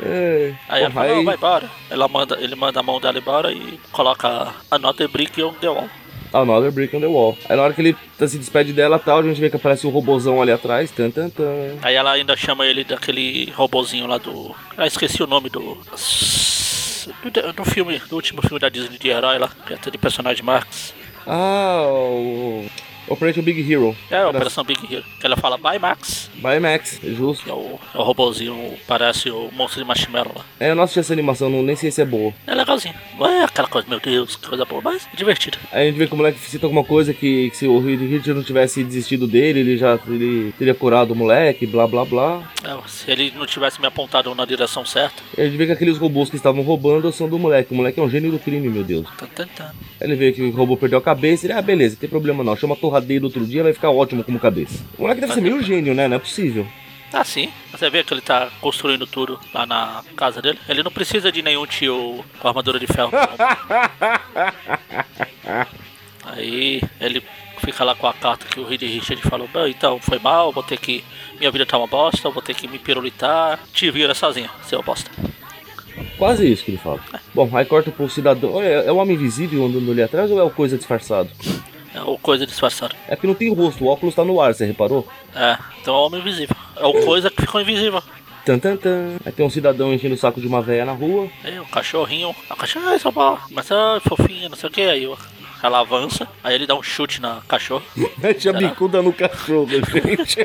é, Aí ela porra, fala, não, aí- vai embora. Ela manda, ele manda a mão dela embora e coloca a nota e brick on the wall. Another Brick on the Wall. Aí na hora que ele tá- se despede dela tal, a gente vê que aparece o robozão ali atrás. Tan, tan, tan. Aí ela ainda chama ele daquele robozinho lá do. Ah, esqueci o nome do. Do, do filme, do último filme da Disney de herói lá, que é até de personagem Max. Ah, o. Operation Big Hero. É a Operação Big Hero. Que ela fala bye Max, By Max, que justo. é o, é o robozinho, parece o monstro de marshmallow lá. É, eu não assisti essa animação, não, nem sei se é boa. É legalzinho. Não é aquela coisa, meu Deus, que coisa boa, mas é divertido. Aí a gente vê que o moleque cita alguma coisa que, que se o Richard não tivesse desistido dele, ele já ele teria curado o moleque, blá blá blá. É, se ele não tivesse me apontado na direção certa. E a gente vê que aqueles robôs que estavam roubando são do moleque. O moleque é um gênio do crime, meu Deus. Tan, tan, tan. Aí ele vê que o robô perdeu a cabeça. Ele, ah, beleza, não tem problema não. Chama a torradeira outro dia, vai ficar ótimo como cabeça. O moleque deve ser meio gênio, né? Não é possível. Ah, sim. Você vê que ele tá construindo tudo lá na casa dele. Ele não precisa de nenhum tio com armadura de ferro. Aí ele fica lá com a carta que o Reed Richard falou: "Bom, então foi mal, vou ter que. Minha vida tá uma bosta, vou ter que me pirulitar. Te vira sozinho, seu bosta. Quase isso que ele fala. Bom, aí corta pro cidadão. Olha, é o homem invisível andando ali atrás ou é o coisa disfarçado? É o coisa disfarçada. É porque não tem rosto, o óculos tá no ar, você reparou? É, então é o homem invisível. É o coisa que ficou invisível. Tan, tan, tan. Aí tem um cidadão enchendo o saco de uma véia na rua. Aí o cachorrinho, "Ah, a cachorra, ai, seu pau, mas é fofinha, não sei o que. Aí o- ela avança, aí ele dá um chute na cachorra. Mete a bicuda no cachorro, gente.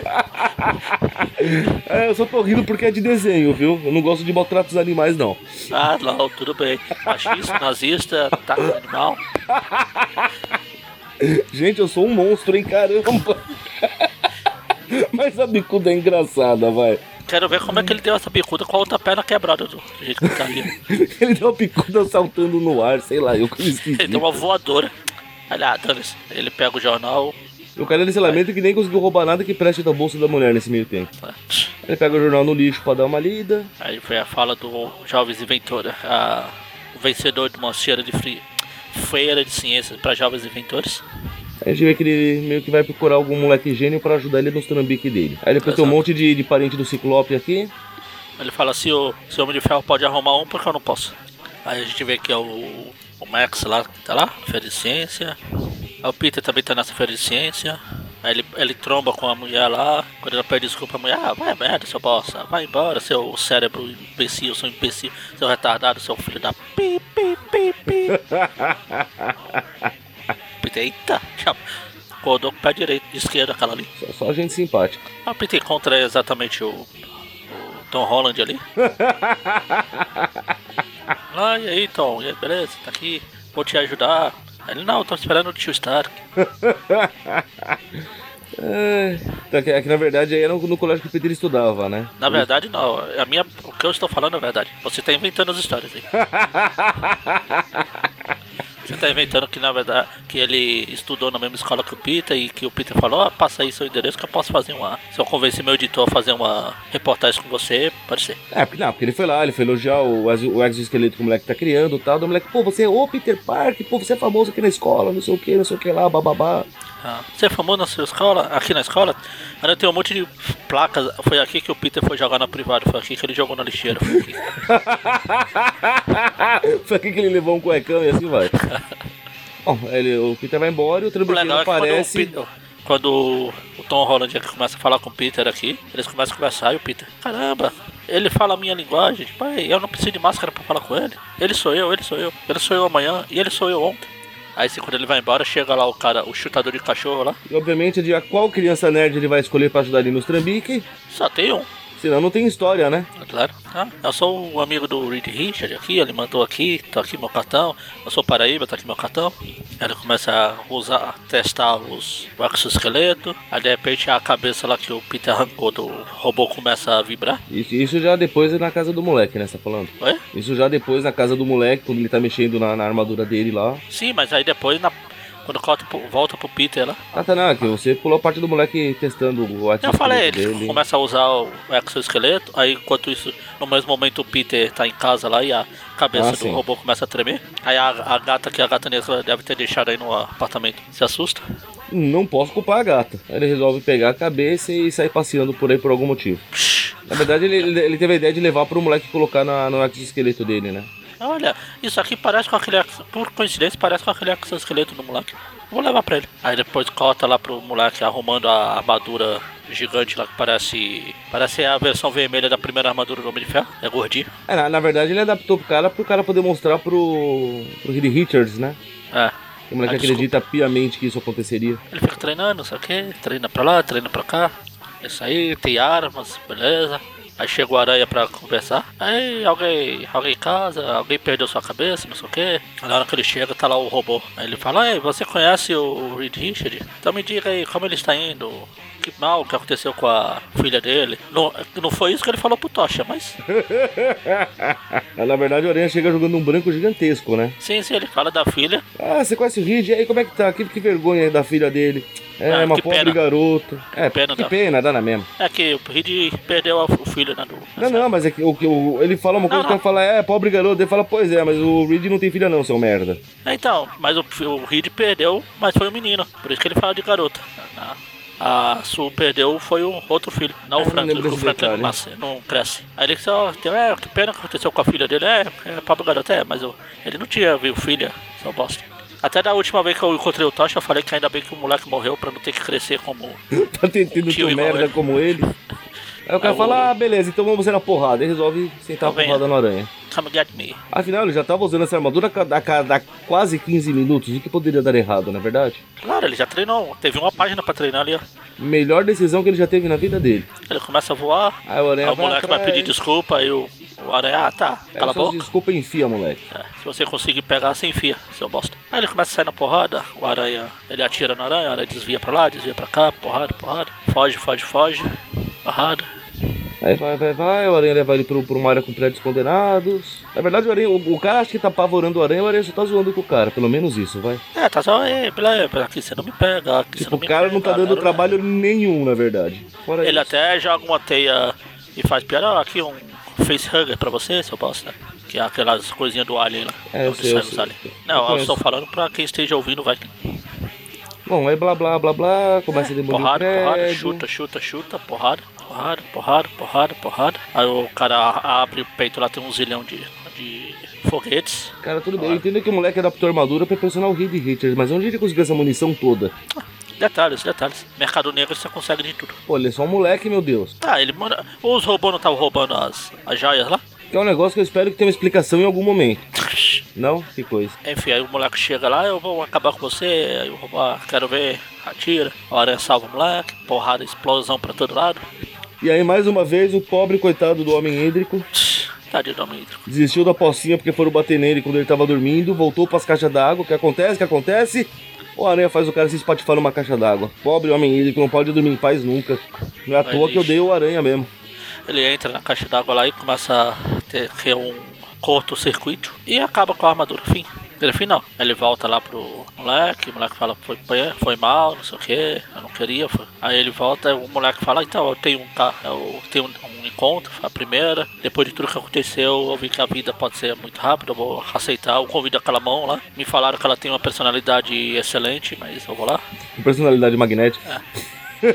é, eu só tô rindo porque é de desenho, viu? Eu não gosto de maltratos animais, não. Ah, não, tudo bem. Machista, nazista, ataque ao animal. Gente, eu sou um monstro, hein? Caramba! Mas a bicuda é engraçada, vai. Quero ver como é que ele deu essa bicuda com a outra perna quebrada do do jeito que tá ali. Ele deu uma bicuda saltando no ar, sei lá, eu que me esqueci. Ele deu uma voadora. Olha lá, dane-se. Ele pega o jornal. O cara nesse lamento que nem conseguiu roubar nada que preste da bolsa da mulher nesse meio tempo. né? Ele pega o jornal no lixo pra dar uma lida. Aí foi a fala do Jovens Inventora, a- o vencedor de uma feira de fri- feira de ciências para jovens inventores. Aí a gente vê que ele meio que vai procurar algum moleque gênio pra ajudar ele nos trambiques dele. Aí depois tem um Exato. monte de, de parente do Ciclope aqui. Ele fala assim, o seu Homem de Ferro pode arrumar um porque eu não posso. Aí a gente vê que é o, o Max lá, que tá lá, feira de ciência. Aí o Peter também tá nessa feira de ciência. Aí ele, ele tromba com a mulher lá, quando ela pede desculpa a mulher, ah, vai merda, seu bosta, vai embora, seu cérebro imbecil, seu imbecil, seu retardado, seu filho da pi, pi, pi, pi. Peter, eita, já acordou com o pé direito, esquerdo, aquela ali. Só, só gente simpática. Ah, o Peter encontra exatamente o, o Tom Holland ali. Ah, e aí, Tom? E aí, beleza? Tá aqui? Vou te ajudar. Aí Ele, não, tô esperando o tio Stark. É, então, que, que na verdade aí era no, no colégio que o Peter estudava, né? Na verdade, não. A minha, o que eu estou falando é verdade. Você tá inventando as histórias aí. Você tá inventando que na verdade que ele estudou na mesma escola que o Peter e que o Peter falou, ah, passa aí seu endereço que eu posso fazer uma. Se eu convencer meu editor a fazer uma reportagem com você, pode ser. É, porque não, porque ele foi lá, ele foi elogiar o, ex- o exoesqueleto que o moleque tá criando e tal. Do moleque, pô, você é o Peter Park, pô, você é famoso aqui na escola, não sei o que, não sei o que lá, bababá. Ah, você é famoso na sua escola? Aqui na escola? Ainda tem um monte de placas. Foi aqui que o Peter foi jogar na privada, foi aqui que ele jogou na lixeira. Foi aqui. Ah. É, foi aqui que ele levou um cuecão e assim vai. Bom, ele, o Peter vai embora e o O Trambiquinho legal é que quando o, aparece. Peter, quando o Tom Holland aqui começa a falar com o Peter aqui, eles começam a conversar e o Peter, caramba, ele fala a minha linguagem, pai, eu não preciso de máscara pra falar com ele. Ele sou eu, ele sou eu, ele sou eu amanhã e ele sou eu ontem. Aí assim, quando ele vai embora, chega lá o cara, o chutador de cachorro lá, E obviamente de a qual criança nerd ele vai escolher pra ajudar ele nos trambique, só tem um. senão não tem história, né? é Claro. Ah, eu sou o amigo do Reed Richard aqui, ele mandou aqui, tá aqui meu cartão. Eu sou Paraíba, tá aqui meu cartão. Ele começa a usar, a testar os ossos esqueleto. Aí de repente a cabeça lá que o Peter arrancou do robô começa a vibrar. Isso, isso já depois é na casa do moleque, né? Você tá falando? Oi? Isso já depois na casa do moleque, quando ele tá mexendo na, na armadura dele lá. Sim, mas aí depois na- Quando corta pro- volta pro Peter lá. Ah, tá, não, que você pulou a parte do moleque testando o Eu ativo falei, ele dele. começa a usar o exoesqueleto, aí enquanto isso, no mesmo momento o Peter tá em casa lá e a cabeça Ah, do sim. robô começa a tremer. Aí a, a gata que é a gata negra deve ter deixado aí no apartamento se assusta. Não posso culpar a gata. Aí Ele resolve pegar a cabeça e sair passeando por aí por algum motivo. Psh, Na verdade, ele, ele- ele teve a ideia de levar pro moleque colocar na, no exoesqueleto dele, né? Olha, isso aqui parece com aquele. ex- Por coincidência, parece com aquele exoesqueleto do moleque. Vou levar pra ele. Aí depois corta lá pro moleque arrumando a armadura gigante lá que parece. Parece a versão vermelha da primeira armadura do Homem de Ferro. É gordinho. É, na, na verdade, ele adaptou pro cara pro cara poder mostrar pro, pro Reed Richards, né? É. O moleque Ah, desculpa. acredita piamente que isso aconteceria. Ele fica treinando, sabe o quê? Treina pra lá, treina pra cá. É Isso aí, tem armas, beleza. Aí chega o aranha pra conversar. Aí alguém, alguém em casa, alguém perdeu sua cabeça, não sei o quê. Na hora que ele chega, tá lá o robô. Aí ele fala: Ei, você conhece o Reed Richard? Então me diga aí como ele está indo. Que mal que aconteceu com a filha dele. Não, não foi isso que ele falou pro Tocha, mas. Ah, Na verdade, o Aranha chega jogando um branco gigantesco, né? Sim, sim, ele fala da filha. Ah, você conhece o Reed? E aí, como é que tá? Que, que vergonha aí da filha dele. É, Ah, uma que pobre pena. garota. É, pena que da- pena, dá na mesma. É que o Reed perdeu a- o filho, né? Do... Não, não, mas é que o, que o- ele fala uma Não, coisa que não. eu falo, é, pobre garoto. Ele fala, pois é, mas o Reed não tem filha não, seu merda. É, Então, mas o, o Reed perdeu, mas foi um menino. Por isso que ele fala de garota. A- A Sue perdeu foi um outro filho, não Eu o não Franklin, lembro porque o desse Franklin não, detalhe. nasce, não cresce. Aí ele só tem, é, que pena que aconteceu com a filha dele, é, é pobre garota, é, mas eu- ele não tinha viu filha, só bosta. Até da última vez que eu encontrei o Tocha, eu falei que ainda bem que o moleque morreu pra não ter que crescer como. tá tentando Tio teu igual merda ele. como ele. Aí o cara Ah, fala, ah, beleza, então vamos ser na porrada. Ele resolve sentar a Tá vendo? porrada no aranha. Come get me. Afinal, ele já tava usando essa armadura a cada, a cada quase 15 minutos. O que poderia dar errado, na verdade? Claro, ele já treinou, teve uma página pra treinar ali, ó. Melhor decisão que ele já teve na vida dele. Ele começa a voar, Aí o aí aranha o moleque vai atrás. pedir desculpa, aí o, o aranha, ah tá, É, cala a só boca. Desculpa, enfia, moleque. É, se você conseguir pegar, você enfia, seu bosta. Aí ele começa a sair na porrada, o aranha, ele atira no aranha, o aranha desvia pra lá, desvia pra cá, porrada, porrada, foge, foge, foge, porrada. Aí vai, vai, vai, o aranha leva ele pro, pra uma área com prédios condenados. Na verdade, o, aranha, o, o cara acha que tá apavorando o aranha, o aranha só tá zoando com o cara. Pelo menos isso, vai. É, tá só, ei, beleza, aqui você não me pega, aqui você Tipo, não o me cara não tá pega, dando garoto. trabalho nenhum, na verdade. Fora né? Ele isso. até joga uma teia e faz piada, ó, aqui um facehugger pra você, seu bosta. Que é aquelas coisinhas do alien lá. É, eu onde sei, sai eu os sei. aliens. Eu Não, eu conheço. estou falando pra quem esteja ouvindo, vai. Bom, aí blá blá blá blá, começa a demolir o é- Porrada, prédio. porrada, chuta, chuta, chuta, porrada, porrada, porrada, porrada, porrada. Aí o cara abre o peito lá, tem um zilhão de, de foguetes. Cara, tudo bem. Eu entendo que o moleque adaptou a armadura pra personal Reed Richards, mas onde ele conseguiu essa munição toda? Detalhes, detalhes. Mercado negro você consegue de tudo. Pô, ele é só um moleque, meu Deus. Tá, ele manda. Os robôs não estavam roubando as, as joias lá? Que é um negócio que eu espero que tenha uma explicação em algum momento. Não? Que coisa. Enfim, aí o moleque chega lá, eu vou acabar com você, aí o robô, ah, quero ver, atira, a aranha salva o moleque, porrada, explosão pra todo lado. E aí, mais uma vez, o pobre coitado do homem hídrico Tadinho do homem hídrico. desistiu da pocinha porque foram bater nele quando ele tava dormindo, voltou pras caixas d'água. O que acontece? O que acontece? O aranha faz o cara se espatifar numa caixa d'água. Pobre homem hídrico, não pode dormir em paz nunca. Não é à Vai, toa que eu lixo. dei o aranha mesmo. Ele entra na caixa d'água lá e começa a ter, ter um curto-circuito e acaba com a armadura, fim. Griffin não. Ele volta lá pro moleque, o moleque fala foi, pe- foi mal, não sei o que, eu não queria. foi. Aí ele volta, o moleque fala, então, eu tenho um, tá, eu tenho um, um encontro, foi a primeira. Depois de tudo que aconteceu, eu vi que a vida pode ser muito rápida, eu vou aceitar, eu convido aquela mão lá. Me falaram que ela tem uma personalidade excelente, mas eu vou lá. Personalidade magnética.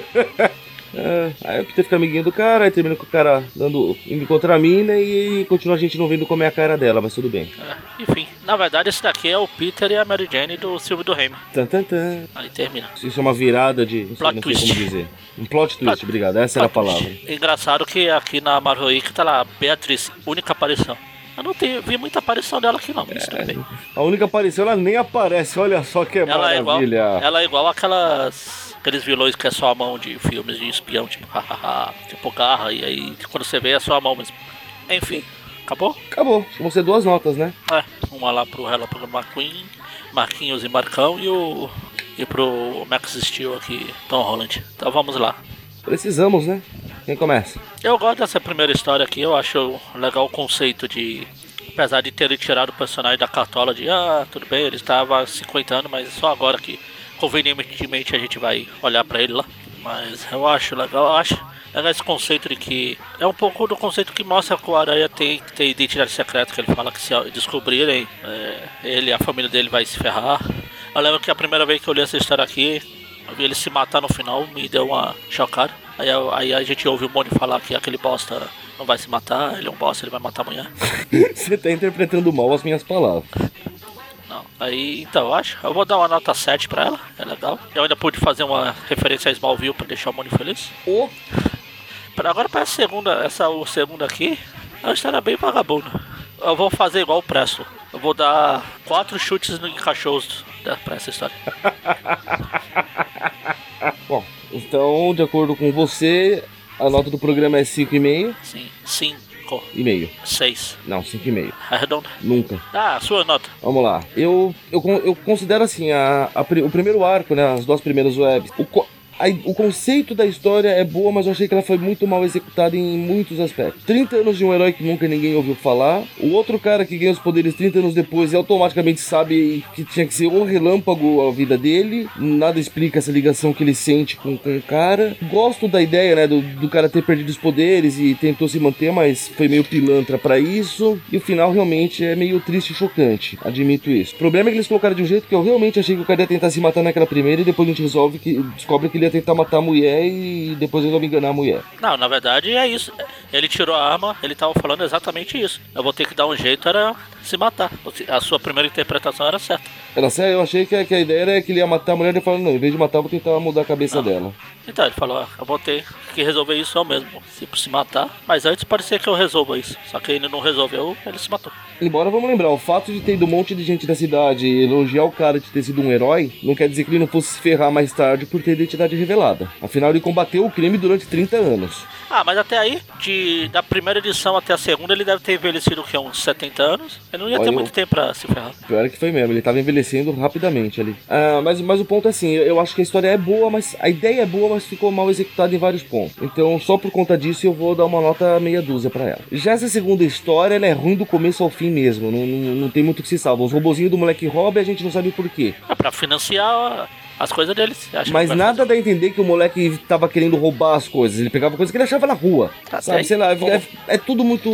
É, aí eu tentei ficar amiguinho do cara, aí termina com o cara dando, indo contra a mina e continua a gente não vendo como é a cara dela, mas tudo bem. É, enfim, na verdade esse daqui é o Peter e a Mary Jane do Silvio do Remy. Tan, tan, tan. Aí termina. Isso é uma virada de. Não sei, Plot não sei como twist. dizer. Um plot twist, obrigado. Essa era a palavra. Tá, Engraçado que aqui na Marvel Week tá lá, Beatriz, única aparição. Eu não tenho, vi muita aparição dela aqui não, mas É, tudo bem. A única aparição, ela nem aparece, olha só que Ela é igual, maravilha. ela é igual aquelas aqueles vilões que é só a mão de filmes de espião, tipo, hahaha, tipo garra, e aí quando você vê é só a mão mesmo. Enfim, acabou? Acabou. Vão ser duas notas, né? É, uma lá pro Relâmpago McQueen, Marquinhos e Marcão e o. E pro Max Steel aqui, Tom Holland. Então vamos lá. Precisamos, né? Quem começa? Eu gosto dessa primeira história aqui, eu acho legal o conceito de. Apesar de terem tirado o personagem da cartola de ah, tudo bem, ele estava há 50 anos, mas só agora que convenientemente a gente vai olhar pra ele lá. Mas eu acho legal, eu acho legal esse conceito de que. É um pouco do conceito que mostra que o Aranha tem, tem identidade secreta, que ele fala que se descobrirem, é, ele e a família dele vai se ferrar. Eu lembro que a primeira vez que eu li essa história aqui, eu vi ele se matar no final, me deu uma chocada. Aí, eu- aí a gente ouve o Moni falar que aquele bosta não vai se matar, ele é um bosta, ele vai matar amanhã. Você tá interpretando mal as minhas palavras. Não. Aí, então, eu acho. Eu vou dar uma nota 7 pra ela, é legal. Eu ainda pude fazer uma referência a Smallville pra deixar o Moni feliz. O Pra agora pra segunda, essa o segunda aqui, é uma história bem vagabunda. Eu vou fazer igual o Presto. Eu vou dar quatro chutes no cachorros né, pra essa história. Bom, então, de acordo com você, a nota do programa é 5,5 Sim. Cinco. e meio. Seis. Não, 5,5. Arredonda. Nunca. Ah, sua nota. Vamos lá. Eu, eu, con- eu considero assim, a, a pri- o primeiro arco, né? As duas primeiras webs. O, co- a i- o conceito da história é boa, mas eu achei que ela foi muito mal executada em muitos aspectos. 30 anos de um herói que nunca ninguém ouviu falar. O outro cara que ganha os poderes 30 anos depois e automaticamente sabe que tinha que ser um relâmpago a vida dele. Nada explica essa ligação que ele sente com, com o cara. Gosto da ideia, né? Do, do cara ter perdido os poderes e tentou se manter, mas foi meio pilantra pra isso. E o final realmente é meio triste e chocante. Admito isso. O problema é que eles colocaram de um jeito que eu realmente achei que o cara ia tentar se matar naquela primeira e depois a gente resolve que descobre que ele ia tentar matar a mulher e depois resolve enganar a mulher. Não, na verdade é isso. Ele tirou a arma, ele tava falando exatamente isso. Eu vou ter que dar um jeito, era se matar. Você- A sua primeira interpretação era certa. Era sério, eu achei que, a- que a ideia era que ele ia matar a mulher e ele falou, não, em vez de matar, eu vou tentar mudar a cabeça dela. Então ele falou: "Ah, eu vou ter que resolver isso eu mesmo. Se se matar, mas antes parecia que eu resolva isso. Só que ele não resolveu, ele se matou. Embora vamos lembrar, o fato de ter ido um monte de gente da cidade elogiar o cara de ter sido um herói, não quer dizer que ele não fosse se ferrar mais tarde por ter identidade revelada. Afinal, ele combateu o crime durante 30 anos. Ah, mas até aí, de, da primeira edição até a segunda, ele deve ter envelhecido o quê? Uns 70 anos? Ele não ia Olha, ter eu- muito tempo pra se ferrar. Pior é que foi mesmo, ele tava envelhecendo rapidamente ali. Ah, mas, mas o ponto é assim, eu, eu acho que a história é boa, mas a ideia é boa, mas ficou mal executada em vários pontos. Então, só por conta disso, eu vou dar uma nota meia dúzia pra ela. Já essa segunda história, ela é ruim do começo ao fim mesmo, não, não, não tem muito o que se salva. Os robozinhos do moleque rouba e a gente não sabe por quê. É pra financiar ó, as coisas dele. acho que Mas vai nada dá a entender que o moleque tava querendo roubar as coisas. Ele pegava coisas que ele achava na rua. Tá, tá sabe? aí. Sei lá, é, é- é tudo muito.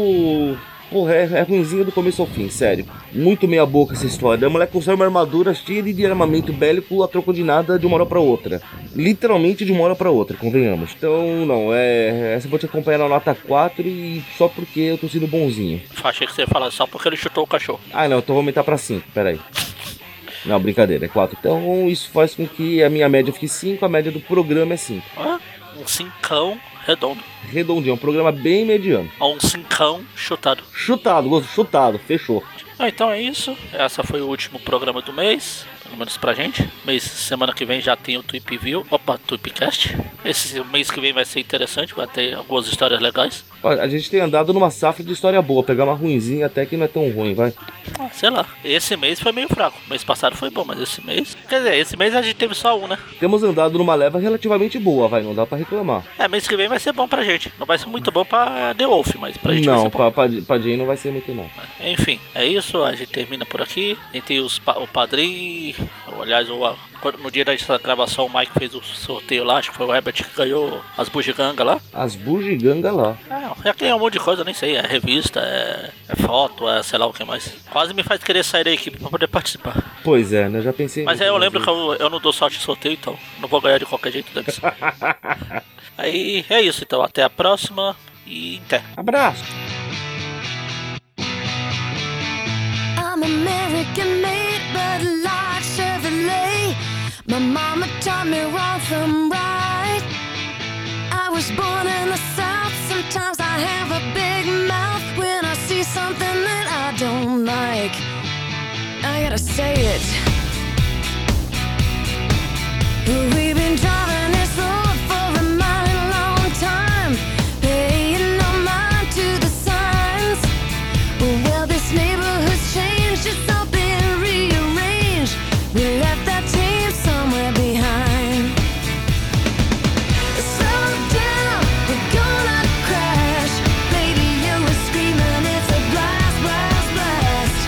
Porra, é, é ruimzinho do começo ao fim, sério. Muito meia boca essa história. O moleque constrói uma armadura cheia de armamento bélico a troco de nada de uma hora pra outra. Literalmente de uma hora pra outra, convenhamos. Então, não, é. Essa eu vou te acompanhar na nota 4 e só porque eu tô sendo bonzinho. fazer. Achei que você ia falar só porque ele chutou o cachorro. Ah, não, então vou aumentar pra 5, peraí. Não, brincadeira, é 4. Então isso faz com que a minha média fique 5, a média do programa é 5. Ah, um cincão redondo. redondinho, é um programa bem mediano. a um cincão chutado. Chutado, gosto chutado, fechou. Ah, então é isso. Essa foi o último programa do mês. pelo menos pra gente. Mês, semana que vem já tem o Tweep View, opa, Tweepcast. Esse mês que vem vai ser interessante, vai ter algumas histórias legais. Olha, a gente tem andado numa safra de história boa, pegar uma ruinzinha até que não é tão ruim, vai. Ah, Sei lá, esse mês foi meio fraco. Mês passado foi bom, mas esse mês. Quer dizer, esse mês a gente teve só um, né? Temos andado numa leva relativamente boa, vai, não dá pra reclamar. É, mês que vem vai ser bom pra gente. Não vai ser muito bom pra The Wolf, mas pra gente vai não, ser bom. pra, pra, pra Jane não vai ser muito não. Enfim, é isso. A gente termina por aqui. A gente tem os pa- o padrinho. Aliás, o, a- quando- no dia dessa gravação, o Mike fez o sorteio lá. Acho que foi o Herbert que ganhou as bugigangas lá. As bugigangas lá. É, já tem um monte de coisa, nem sei. É revista, é, é foto, é sei lá o que mais. Quase me faz querer sair da equipe pra poder participar. Pois é, né? Já pensei. Mas aí eu lembro que eu, eu não dou sorte em sorteio, então não vou ganhar de qualquer jeito deve ser. Aí é isso, então. Até a próxima e até. Abraço! I'm American made, but like Chevrolet. My mama taught me wrong from right. I was born in the South. Sometimes I have a big mouth when I see something that I don't like. I gotta say it. We've been driving this road for a mighty long time, paying no mind to the signs. Well, this neighborhood's changed, it's all been rearranged. We left that tape somewhere behind. Slow down, we're gonna crash. Maybe you were screaming, it's a blast, blast, blast.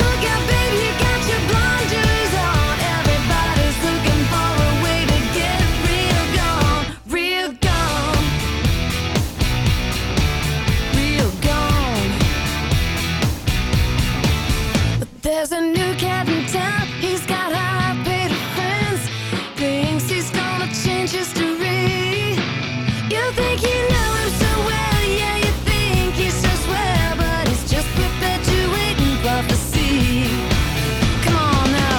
Look out, babe, you got your blinders on. Everybody's looking for a way to get real gone, real gone, real gone. There's a new cat in town. He's got high paid friends. Thinks he's gonna change history. You think you know him so well, yeah, you think he's so swell, but he's just perpetuating prophecy. Come on now,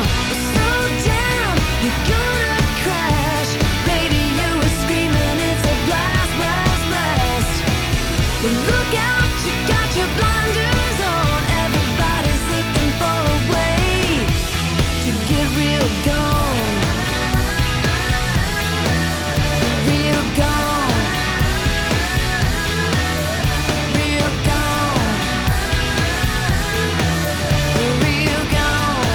slow down. You're gonna crash. Radio is screaming, it's a blast, blast, blast. Well, Look out, you got your blinders on. Everybody's looking for a way to get real gone. Real gone. Real gone. Real gone.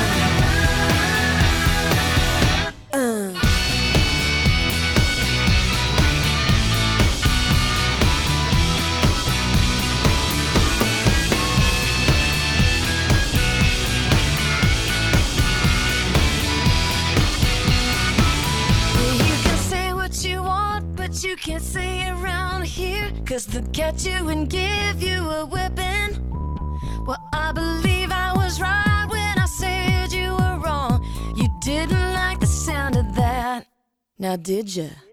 Uh. You can say what you want, but you can't say it around here. Cause they'll get you and give you a whipping. Well, I believe I was right when I said you were wrong. You didn't like the sound of that. Now, did ya?